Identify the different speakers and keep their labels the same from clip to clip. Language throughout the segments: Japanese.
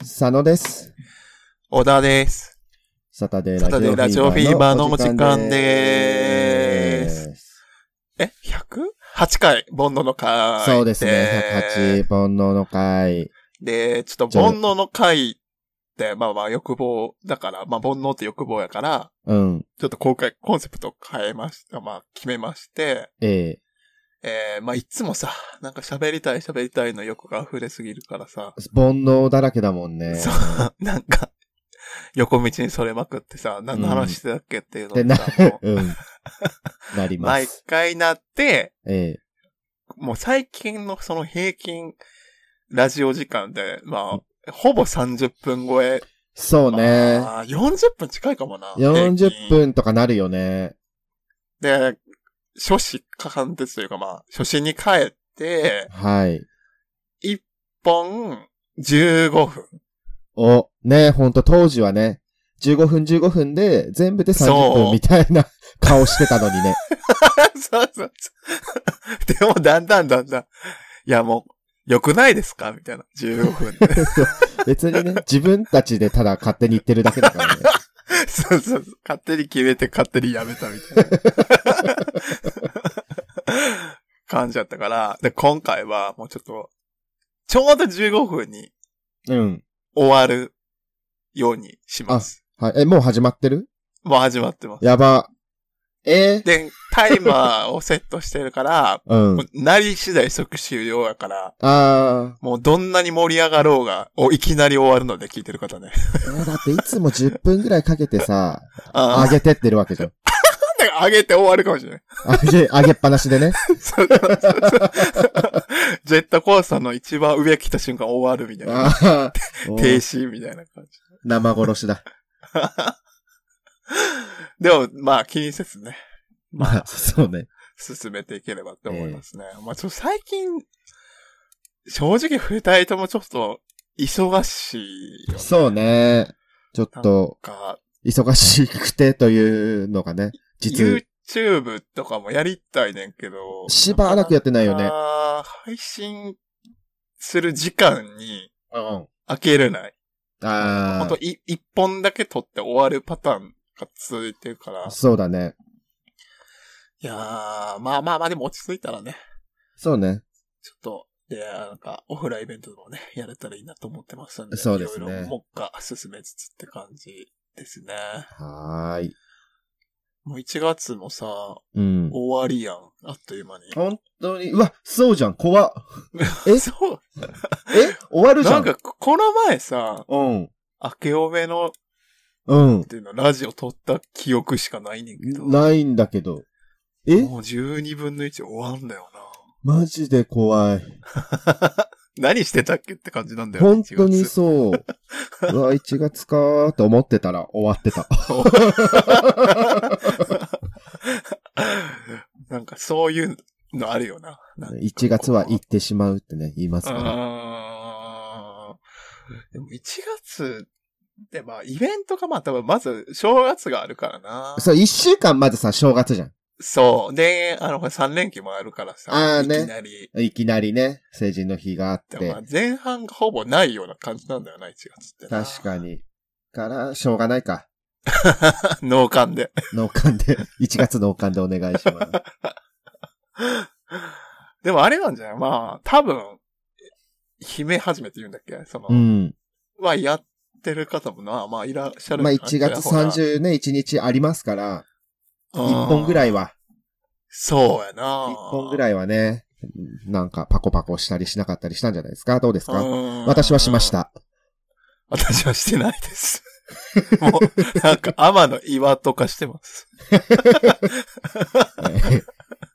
Speaker 1: 佐野です。
Speaker 2: 小田です。
Speaker 1: サタデー
Speaker 2: サタデー
Speaker 1: ラ
Speaker 2: ラ
Speaker 1: ジ
Speaker 2: ジ
Speaker 1: オ
Speaker 2: オ
Speaker 1: フ
Speaker 2: フ
Speaker 1: ィ
Speaker 2: ィ
Speaker 1: ー
Speaker 2: ー
Speaker 1: バ
Speaker 2: バ
Speaker 1: ー
Speaker 2: ー
Speaker 1: の
Speaker 2: の
Speaker 1: お
Speaker 2: お
Speaker 1: 時
Speaker 2: 時
Speaker 1: 間
Speaker 2: 間
Speaker 1: でー
Speaker 2: でー
Speaker 1: す。
Speaker 2: え ?100?8 回、煩悩の回。
Speaker 1: そうですね。108、煩悩の会。
Speaker 2: で、ちょっと煩悩の回って、まあまあ欲望だから、まあ煩悩って欲望やから、
Speaker 1: うん。
Speaker 2: ちょっと今回コンセプトを変えました、まあ決めまして、
Speaker 1: ええ
Speaker 2: えー、まあいつもさ、なんか喋りたい喋りたいの欲が溢れすぎるからさ、
Speaker 1: 煩悩だらけだもんね。
Speaker 2: そう、なんか、横道にそれまくってさ、何の話してたっけっていうの
Speaker 1: で、
Speaker 2: が
Speaker 1: な
Speaker 2: さ、も、う
Speaker 1: うん。なりま
Speaker 2: 毎
Speaker 1: す。
Speaker 2: 回 なって、
Speaker 1: ええ
Speaker 2: もう最近のその平均ラジオ時間で、まあ、ほぼ30分超え。
Speaker 1: そうね。
Speaker 2: まあ40分近いかもな。
Speaker 1: 40
Speaker 2: 平均。
Speaker 1: 分とかなるよね。
Speaker 2: で、初始貫徹というかまあ、初心に帰って、
Speaker 1: はい。
Speaker 2: 1本15分。
Speaker 1: お、ね、ほんと当時はね、15分15分で全部で30
Speaker 2: そ
Speaker 1: 分
Speaker 2: う
Speaker 1: みたいな顔してたのにね。
Speaker 2: そうそうそう。でもだんだんだんだん、いやもう、良くないですかみたいな。15分で。
Speaker 1: 別にね、自分たちでただ勝手に言ってるだけだからね。
Speaker 2: そうそうそう。勝手に決めて勝手にやめたみたいな。 感じだったから、で、今回はもうちょっと、ちょうど15分に
Speaker 1: うん。
Speaker 2: 終わるようにします。
Speaker 1: はい。え、もう始まってる
Speaker 2: もう始まってます。
Speaker 1: やば。えー
Speaker 2: で、タイマーをセットしてるから、
Speaker 1: うん
Speaker 2: も。うなり次第即終了やから、
Speaker 1: あ
Speaker 2: もうどんなに盛り上がろうが、おいきなり終わるので聞いてる方ね。
Speaker 1: ー。えだっていつも10分ぐらいかけてさ、
Speaker 2: あ
Speaker 1: 上
Speaker 2: あ、
Speaker 1: げてってるわけじゃん。
Speaker 2: だから上げて終わるかもしれない。
Speaker 1: 上げ、上げっぱなしでね。
Speaker 2: そうそうそうそうジェットコースターの一番上来た瞬間終わるみたいな。
Speaker 1: あーお
Speaker 2: 停
Speaker 1: ー
Speaker 2: 止みたいな感じ。
Speaker 1: 生殺しだ。
Speaker 2: でも、まあ気にせずね、
Speaker 1: まあ、そうね。
Speaker 2: 進めていければって思いますね。まあちょっと最近、正直二人ともちょっと忙しいよ。
Speaker 1: そうね。ちょっと、
Speaker 2: か、
Speaker 1: 忙しくてというのがね、実、
Speaker 2: YouTube とかもやりたいねんけど。
Speaker 1: しばらくやってないよね
Speaker 2: なかなか配信する時間に
Speaker 1: うん。
Speaker 2: 開けれない。ほん
Speaker 1: あ
Speaker 2: と、い一本だけ撮って終わるパターンが続いてるから
Speaker 1: あ、。そうだね。
Speaker 2: いやー、まあまあまあ、でも落ち着いたらね、
Speaker 1: そうね。
Speaker 2: ちょっと、で、なんか、オフラインイベントでもね、やれたらいいなと思ってますんで。
Speaker 1: そうですね
Speaker 2: いろいろもっか進めつつって感じですね。
Speaker 1: はーい。
Speaker 2: もう1月もさ、
Speaker 1: うん。
Speaker 2: 終わりやん。あっという間に。
Speaker 1: 本当に、うわ、そうじゃん、怖っ。え
Speaker 2: そう。
Speaker 1: え終わるじゃ
Speaker 2: なん
Speaker 1: ん。
Speaker 2: か、この前さ、
Speaker 1: うん。
Speaker 2: 明けおめの、
Speaker 1: うん
Speaker 2: っ。ていうの、ラジオ撮った記憶しかないねんけど。も
Speaker 1: ないんだけど。え
Speaker 2: う12分の1終わんだよな。
Speaker 1: マジで怖い。
Speaker 2: 何してたっけって感じなんだよね
Speaker 1: 本当に
Speaker 2: 1月
Speaker 1: そう。うわ、1月かーと思ってたら 終わってた。
Speaker 2: なんかそういうのあるよな。なんか
Speaker 1: 1月は行ってしまうってね、言いますから。
Speaker 2: あーでも1月でまあイベントがまあ多分まず正月があるからな。
Speaker 1: そう、1週間まずさ、正月じゃん。
Speaker 2: そう。で、あの、3連休もあるからさ。
Speaker 1: あーね
Speaker 2: いきなり。
Speaker 1: いきなりね、成人の日があっ
Speaker 2: でもまあ
Speaker 1: て。
Speaker 2: 前半がほぼないような感じなんだよな、1月ってな。
Speaker 1: 確かに。から、しょうがないか。
Speaker 2: に。脳幹で。
Speaker 1: 農館で、1月 農館でお願いします。
Speaker 2: でもあれなんじゃないまあ、多分、姫初めて言 うんだっけその、
Speaker 1: うん。
Speaker 2: はやってる方もな、まあいらっしゃる
Speaker 1: まあ、1月30ね、1日ありますから、1本ぐ
Speaker 2: い。
Speaker 1: らいは、
Speaker 2: そうやな。
Speaker 1: 1本ぐ
Speaker 2: い
Speaker 1: らいはね、なんかパコパコしたりしなかったりしたんじゃないですかどうですか
Speaker 2: か
Speaker 1: 私はしまし。た。
Speaker 2: 私はしてないです。 もう、なんか、天の岩とかしてます。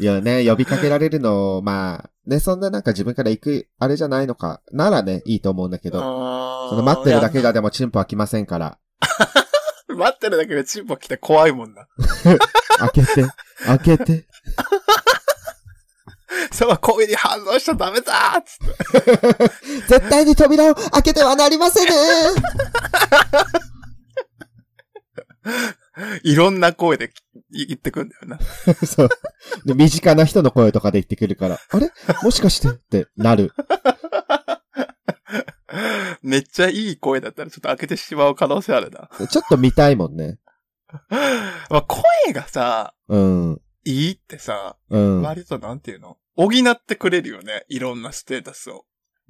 Speaker 1: いやね、呼びかけられるの、まあ、ね、そんななんか自分から行く、あれじゃないのか、ならね、いいと思うんだけど、そ
Speaker 2: そ
Speaker 1: の待ってるだけがでもチンポは来ませんから、
Speaker 2: 待ってるだけでチンポ来て怖いもんな。
Speaker 1: 開けて、開けて、
Speaker 2: そば声に反応しちゃダメだーっつって。
Speaker 1: 絶対に扉を開けてはなりま せんね
Speaker 2: いろんな声で言ってくんだよな。
Speaker 1: そう。で身近な人の声とかで言ってくるから、あれもしかしてってなる。
Speaker 2: めっちゃいい声だったらちょっと開けてしまう可能性あるな。
Speaker 1: ちょっと見たいもんね。
Speaker 2: まあ、声がさ、
Speaker 1: うん。
Speaker 2: いいってさ、
Speaker 1: うん。あ
Speaker 2: 割となんていうの補ってくれるよね。いろんなステータスを。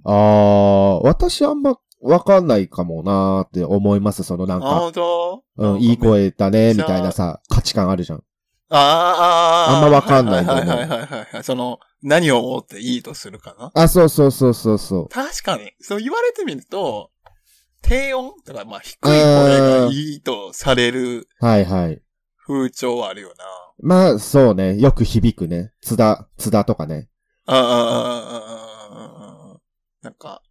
Speaker 1: ー、私あんまわかんないかもなーって思います、そのなん
Speaker 2: あ、
Speaker 1: か。
Speaker 2: 本当
Speaker 1: うん、いい。声だね、みたいなさ、価値観あるじゃん。
Speaker 2: ああ、
Speaker 1: あんまわかんないと
Speaker 2: は
Speaker 1: 思
Speaker 2: いうはいはいはいはい。その、何を思っていいとするかな
Speaker 1: あ、そうそうそうそうそう。
Speaker 2: 確かに。そう言われてみると、低音だからまあ低い声がいいとされる
Speaker 1: はいはい。
Speaker 2: 風潮はあるよな。
Speaker 1: まあ、そうね。よく響くね。津田、津田とかね。
Speaker 2: ああ、なんか、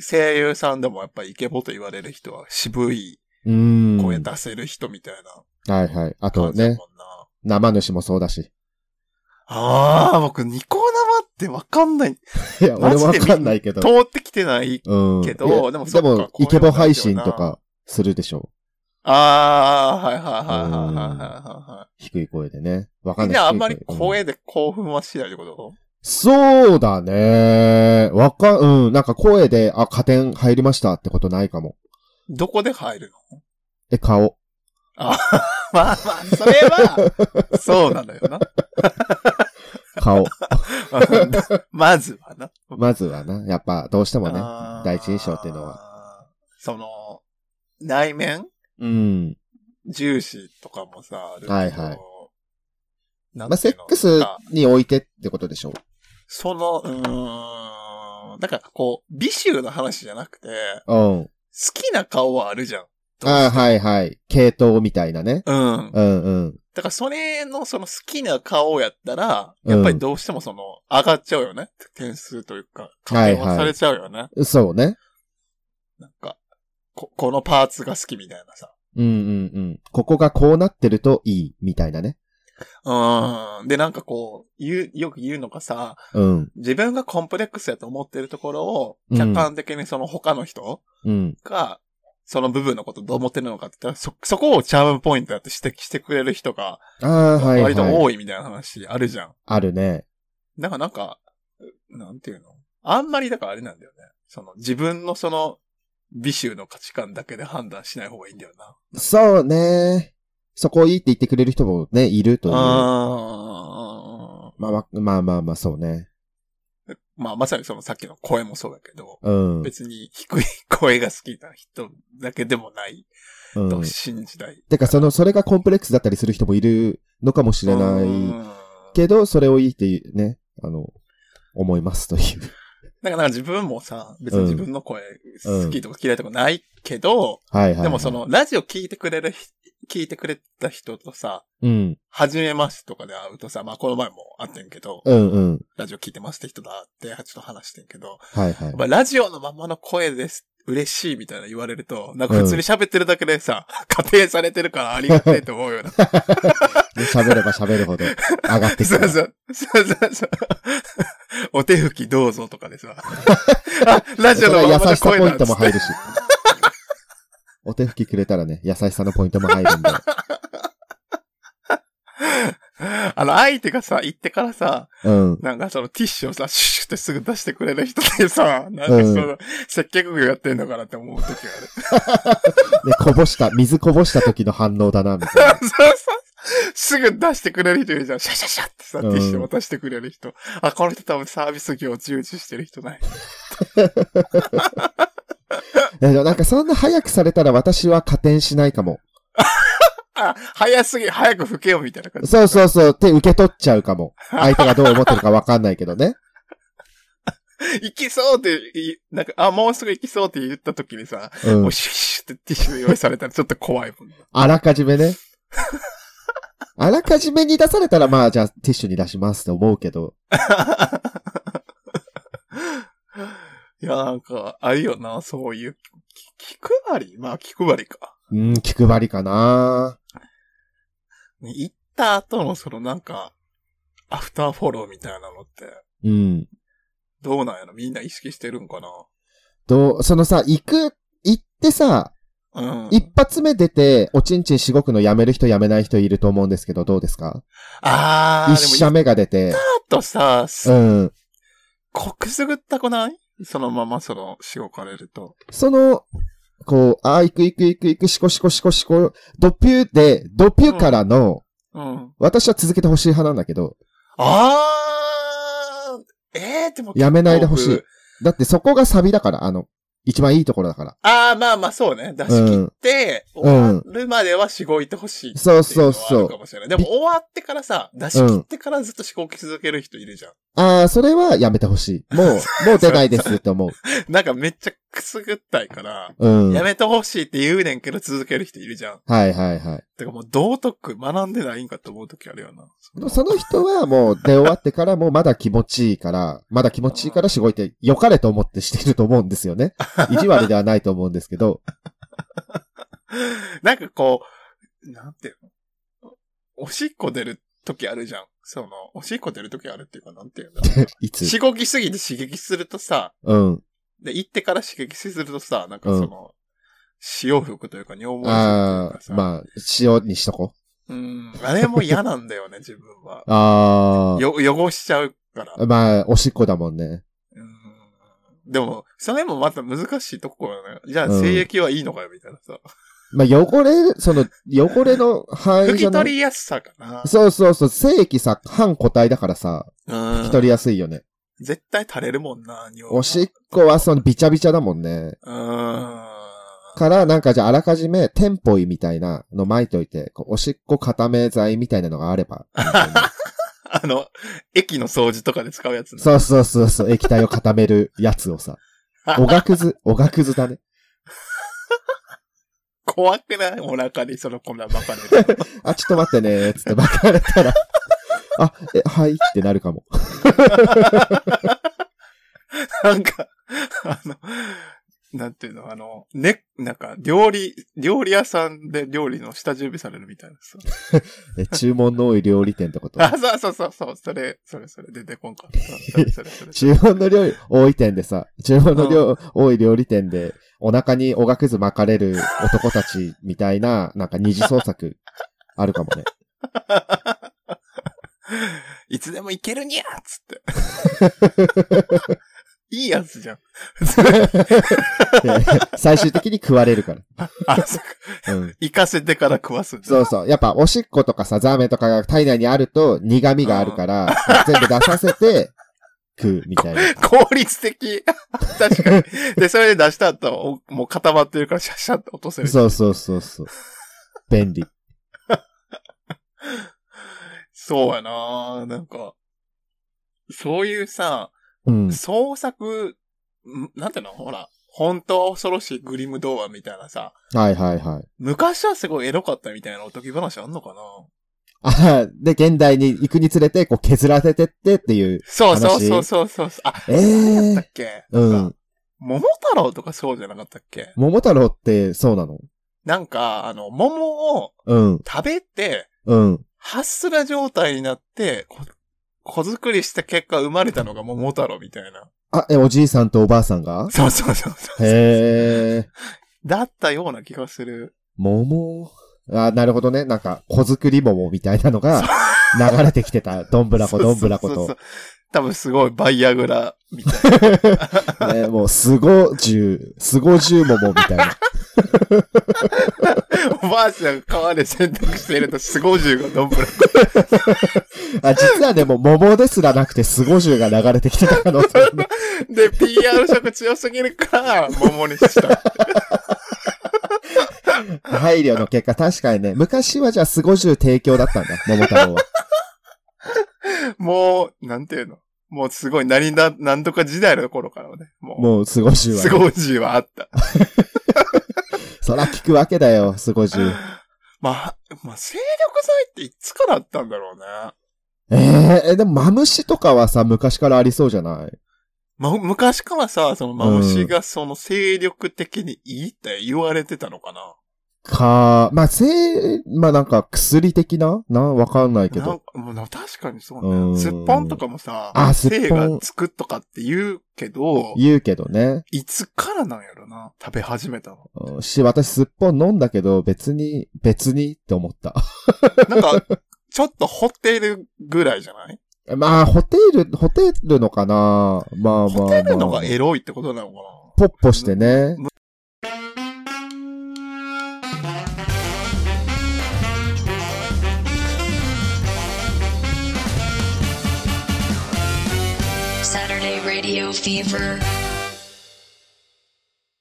Speaker 2: 声優さんでもやっぱイケボと言われる人は渋いう
Speaker 1: ーん。
Speaker 2: 声
Speaker 1: は
Speaker 2: 出せる人みたいない
Speaker 1: はい。あと
Speaker 2: 感じだもん
Speaker 1: ね
Speaker 2: な。、
Speaker 1: 生主もそうだし。
Speaker 2: ああ、僕ニコ生ってわかんない。
Speaker 1: いや、俺
Speaker 2: マジで
Speaker 1: わかんないけど。
Speaker 2: 通ってきてない。
Speaker 1: うん。
Speaker 2: けど
Speaker 1: いや
Speaker 2: でも
Speaker 1: で
Speaker 2: そっか
Speaker 1: も
Speaker 2: こういうの
Speaker 1: イケボ配信
Speaker 2: だよな
Speaker 1: とかするでしょ
Speaker 2: ああ、はいはいはいはいはいはいは
Speaker 1: う。低い声でね。わ
Speaker 2: い。
Speaker 1: かん
Speaker 2: みん
Speaker 1: ない。
Speaker 2: なあんまり
Speaker 1: 低いうん
Speaker 2: 声で興奮はしないってこと
Speaker 1: そうだね。わか、うん。なんか声で、あ、加点入りましたってことないかも。
Speaker 2: どこで入るの
Speaker 1: え、顔。
Speaker 2: まあま あ、それ は、そうなのよな。
Speaker 1: 顔。
Speaker 2: まずはな。
Speaker 1: まずはな。やっぱ、どうしてもね。
Speaker 2: あー
Speaker 1: 第一印象っていうの
Speaker 2: は。その、内面
Speaker 1: うん。
Speaker 2: 重視とかもさ、あるけど。
Speaker 1: はいはい
Speaker 2: なん
Speaker 1: まあ、
Speaker 2: て
Speaker 1: セ
Speaker 2: いう
Speaker 1: ッ
Speaker 2: の
Speaker 1: クス
Speaker 2: なんか
Speaker 1: においてってことでしょう。
Speaker 2: その、うーん。だから、こう、美醜の話じゃなくて、
Speaker 1: うん。
Speaker 2: 好きな顔はあるじゃん。
Speaker 1: ああ、はいはい。系統みたいなね。
Speaker 2: うん。
Speaker 1: うんうん。
Speaker 2: だから、それの、その好きな顔やったら、やっぱりどうしてもその、上がっちゃうよね。点数というか、加点
Speaker 1: はいは
Speaker 2: はいされちゃうよね。
Speaker 1: そうね。
Speaker 2: なんか、こ、このパーツが好きみたいなさ。
Speaker 1: うんうんうん。ここがこうなってるといい、みたいなね。
Speaker 2: うーん。で、なんかこう、言う、よく言うのがさ、
Speaker 1: うん。
Speaker 2: 自分がコンプレックスやと思ってるところを
Speaker 1: う、ん
Speaker 2: 客観的にその他の人
Speaker 1: うん。
Speaker 2: が、その部分のことどう思ってるのかって言ったら、そ、そこをチャームポイントやって指摘してくれる人が、
Speaker 1: ああ、はい
Speaker 2: 割と
Speaker 1: はい。
Speaker 2: 多いみたいな話あるじゃん。
Speaker 1: あるね。
Speaker 2: だからなんか、なんていうのあんまりだからあれなんだよね。その、自分のその、美醜の価値観だけで判断しない方がいいんだよな。
Speaker 1: そうね。そこいいって言ってくれる人もね、いるという。
Speaker 2: ああ。
Speaker 1: まあわまあまあまあ、そうね。
Speaker 2: まあまさにそのさっきの声もそうだけど、
Speaker 1: うん。
Speaker 2: 別に低い声が好きな人だけでもない
Speaker 1: うん
Speaker 2: と。信じない。
Speaker 1: てか、その、それがコンプレックスだったりする人もいるのかもしれな
Speaker 2: う
Speaker 1: い
Speaker 2: ん
Speaker 1: けど、それをいいってね、あの、思いますという。
Speaker 2: だからなんか自分もさ、別に自分の声好きとか嫌いとかないけど、
Speaker 1: はいはいはい。
Speaker 2: でもそ、のラジオ聞いてくれる人、聞いてくれた人とさ、
Speaker 1: うん。
Speaker 2: はじめましてとかで会うとさ、まあこの前も会ってんけど、
Speaker 1: うんうん。
Speaker 2: ラジオ聞いてますって人だって、ちょっと話してんけど、
Speaker 1: はいはい
Speaker 2: やっ。ぱラジオのままの声です。嬉しいみたいな言われると、なんか普通に喋ってるだけでさ、仮定されてるからありがてえと思うよな。
Speaker 1: で喋れば喋るほど上がってき
Speaker 2: そ
Speaker 1: た。
Speaker 2: うそう。そうそうそう。お手拭きどうぞとか でさ。あ、ラジ
Speaker 1: そ
Speaker 2: オ
Speaker 1: れは優
Speaker 2: のままの
Speaker 1: しさポ
Speaker 2: 声
Speaker 1: イ
Speaker 2: だ
Speaker 1: ン
Speaker 2: っつ
Speaker 1: ト
Speaker 2: っ
Speaker 1: も
Speaker 2: て。
Speaker 1: 入るし。お手拭きくれたらね、優しさのポイントも入るんで。
Speaker 2: あの、相手がさ、行ってからさ、
Speaker 1: うん。
Speaker 2: なんかそのティッシュをさ、シュッシュってすぐ出してくれる人ってさ、なんかその、接客業やってんのかなって思う時がある。
Speaker 1: で、こぼした、水こぼした時の反応だな、みたいな。
Speaker 2: そうそう。すぐ出してくれる人いるじゃん。シャシャシャってさ、テ
Speaker 1: う
Speaker 2: ィ
Speaker 1: ん
Speaker 2: ッシュ渡してくれる人。あ、この人多分サービス業を重視してる人ない。
Speaker 1: えでもなんかそんな早くされたら私は加点しないかも。
Speaker 2: あ、早すぎ、早く吹けよみたいな感じ。
Speaker 1: そうそうそうって受け取っちゃうか も。相手がどう思ってるかわかんないけどね。
Speaker 2: 行きそうってい、なんか、あ、もうすぐ行きそうって言った時にさ、
Speaker 1: う
Speaker 2: も
Speaker 1: ん
Speaker 2: う。シュッシュってティッシュ用意されたらちょっと怖いもん。
Speaker 1: あらかじめ ね。あらかじめに出されたら、まあ、じゃあ、ティッシュに出しますって思うけど。
Speaker 2: いや、なんか、あるよな、そういう。き気配りまあ、気配りか。
Speaker 1: うん、気配りかな
Speaker 2: 行った後のそのなんか、アフターフォローみたいなのって、
Speaker 1: うん。
Speaker 2: どうなんやろみんな意識してるんかな
Speaker 1: どう、そのさ、行く、行ってさ、
Speaker 2: うん。
Speaker 1: 一発目出て、おちんちんしごくのやめる人やめない人いると思うんですけど、どうですか
Speaker 2: あー、
Speaker 1: 一
Speaker 2: でも
Speaker 1: 社目が出て、
Speaker 2: 行った後さ、す
Speaker 1: うん。
Speaker 2: こくすぐったくないそのままその、しごかれると。
Speaker 1: その、こう、ああ、行く行く行く行く、しこしこしこしこ、ドピューで、ドピューからの、
Speaker 2: うん。
Speaker 1: 私は続けてほしい派なんだけど、
Speaker 2: あーえー、でも
Speaker 1: やめないでほしい
Speaker 2: 結構僕
Speaker 1: だってそこがサビだから、あの、一番いいところだから。
Speaker 2: ああ、まあまあそうね。出し切って、
Speaker 1: うん
Speaker 2: 終わるまではしごいてほしいってい
Speaker 1: そうそう
Speaker 2: うのは
Speaker 1: そ
Speaker 2: ある
Speaker 1: う
Speaker 2: か。もしれない。でも終わってからさ、出し切ってからずっとしごき続ける人いるじゃん。
Speaker 1: ああ、それはやめてほし い。もう、もう出ないですって思う。
Speaker 2: なんかめっちゃくすぐったいから、
Speaker 1: うん。
Speaker 2: や
Speaker 1: はい
Speaker 2: めてほしいって言うねんけど続ける人いるじゃん。
Speaker 1: はいはい。
Speaker 2: てかもう道徳学んでないんかと思う時あるよな。
Speaker 1: でもその人はもう出終わってからもまだ気持ちいいから、まだ気持ちいいからしごいて、良かれと思ってしてると思うんですよ ね。意地悪ではないと思うんですけど。
Speaker 2: なんかこう、なんていうのおしっこ出る時あるじゃん。その、おしっこ出る時あるっていうか、なんていうんだろ。
Speaker 1: いうつ
Speaker 2: しごきすぎて刺激するとさ、
Speaker 1: うん。
Speaker 2: で、行ってから刺激するとさ、なんかその、潮服というか尿漏
Speaker 1: あ
Speaker 2: れ
Speaker 1: あ
Speaker 2: す、るというかさ、
Speaker 1: まあ、塩にしとこ
Speaker 2: うん、あれも嫌なんだよね、自 分は。
Speaker 1: う。あ
Speaker 2: よ、汚しちゃうから。
Speaker 1: あ、まあ、おしっこだもんね。
Speaker 2: うんでも、それもまた難しいとこよね。じゃあ、
Speaker 1: うん
Speaker 2: 性液はいいのかよ、みたいなさ。
Speaker 1: まあ、汚れ、その、汚れの範
Speaker 2: 拭
Speaker 1: 囲じゃ
Speaker 2: き
Speaker 1: ない
Speaker 2: 取りやすさかな。
Speaker 1: そうそうそう、精液さ、半個体だからさ、
Speaker 2: うん
Speaker 1: 引き取りやすいよね。
Speaker 2: 絶対垂れるもんな、尿が
Speaker 1: おしっこはそのビチャビチャだもんね。
Speaker 2: うーん。
Speaker 1: から、なんかじゃああらかじめ、テンポイみたいなの巻いといて、こうおしっこ固め剤みたいなのがあれ ば。
Speaker 2: あの、駅の掃除とかで使うやつね。
Speaker 1: そうそうそうそう、液体を固めるやつをさ。おがく ず、おがくずだね。
Speaker 2: 怖くないお腹にその粉ばかりで。
Speaker 1: あ、ちょっと待ってね、つって巻かれたら。あ、え、はいってなるかも。
Speaker 2: なんか、あの、なんていうの、あの、ね、なんか、料理、料理屋さんで料理の下準備されるみたいなさ。
Speaker 1: え注文の多い料理店ってこと。
Speaker 2: あ、そうそうそう、そうそれ、それ、それ、出てこんかった。それ、それ、それ。
Speaker 1: 注文の量多い店でさ、注文の量多い料理店で、お腹におがくず巻かれる男たちみたいな、なんか二次創作、あるかもね。
Speaker 2: いつでもいけるにゃーっつって。 いいやつじゃん。
Speaker 1: 最終的に食われるか。
Speaker 2: あ、そうから
Speaker 1: うん。
Speaker 2: 行かせてから食わすんだ。
Speaker 1: そうそう。やっぱ、おしっことかさ、ザーメンとかが体内にあると苦味があるから、全部出させて食うみたいな。
Speaker 2: 効率的。 確かに。で、それで出した後、おもう固まってるからシャッシャッと落とせる。
Speaker 1: そうそうそうそう。便利。
Speaker 2: そうやななんか、そういうさ、
Speaker 1: うん。
Speaker 2: 創作、んなんていうのほら、本当は恐ろしいグリム童話みたいなさ、
Speaker 1: はいはいはい。昔
Speaker 2: 昔はすごいエロかったみたいなおとぎ話あんのかな
Speaker 1: あーで、現代に行くにつれて、こう削らせてってっていう。
Speaker 2: そうそう
Speaker 1: 話
Speaker 2: そうそうそうそう。あ、
Speaker 1: え
Speaker 2: 何
Speaker 1: え
Speaker 2: やった
Speaker 1: ー
Speaker 2: っ。け、
Speaker 1: う
Speaker 2: なん
Speaker 1: ん
Speaker 2: か。桃太郎とかそうじゃなかったっけ
Speaker 1: 桃太郎ってそうなの
Speaker 2: なんか、あの、桃を
Speaker 1: うん、
Speaker 2: 食べて、
Speaker 1: うん。
Speaker 2: ハッスラ状態になって、こ子作りした結果生まれたのが桃太郎みたいな。
Speaker 1: あ、え、おじいさんとおばあさんが
Speaker 2: そうそうそうそう。
Speaker 1: へえ、
Speaker 2: だったような気がする。
Speaker 1: 桃。あ、なるほどね。なんか、小作り桃みたいなのが流れてきてた。どんぶらこ、どんぶらこ
Speaker 2: そうそうそ
Speaker 1: と
Speaker 2: う。多分すごいバイアグラみたい
Speaker 1: ねもう、すご十、すご十桃みたいな。
Speaker 2: な。おばあちゃんが川で洗濯してるとスゴジュウがどんぶらこ。
Speaker 1: あ、実はでも、桃ですらなくて、すご十が流れてきてた可能性も
Speaker 2: で、PR 色強すぎるから、桃にした。
Speaker 1: 配慮の結果、確かにね、昔はじゃあ、すご十提供だったんだ。桃太郎は。
Speaker 2: もう、なんていうのもうすごい何だ、何とか時代の頃からはね。も
Speaker 1: もう、すご
Speaker 2: う、
Speaker 1: 十は、
Speaker 2: ス
Speaker 1: ね。
Speaker 2: ゴジュウはあった。
Speaker 1: そら聞くわけだよ、すご十。
Speaker 2: まあ、まあ、精力剤っていつからあったんだろうね。
Speaker 1: ええでも、マムシとかはさ、昔からありそうじゃない
Speaker 2: ま、昔からさ、そのマムシがその精力的にいいって言われてたのかな。
Speaker 1: か、まあ、せい、まあなんか薬的ななんわかんないけ
Speaker 2: なん
Speaker 1: ど。
Speaker 2: かもうな確かにそう
Speaker 1: う
Speaker 2: ね。
Speaker 1: ん
Speaker 2: すっぽんとかもさ、
Speaker 1: あすっぽん
Speaker 2: 精がつくとかって言うけど、
Speaker 1: 言うけどね。
Speaker 2: いつからなんやろな。食べ始めたの。
Speaker 1: うんし、私すっぽん飲んだけど、別に、別にって思った。
Speaker 2: なんか、ちょっと掘ってるぐらいじゃない
Speaker 1: まあ、ホテル、ホテルのかな まあまあ、まあ。
Speaker 2: ホテルのがエロいってことなのか
Speaker 1: ポッポしてね。
Speaker 3: Saturday Radio Fever.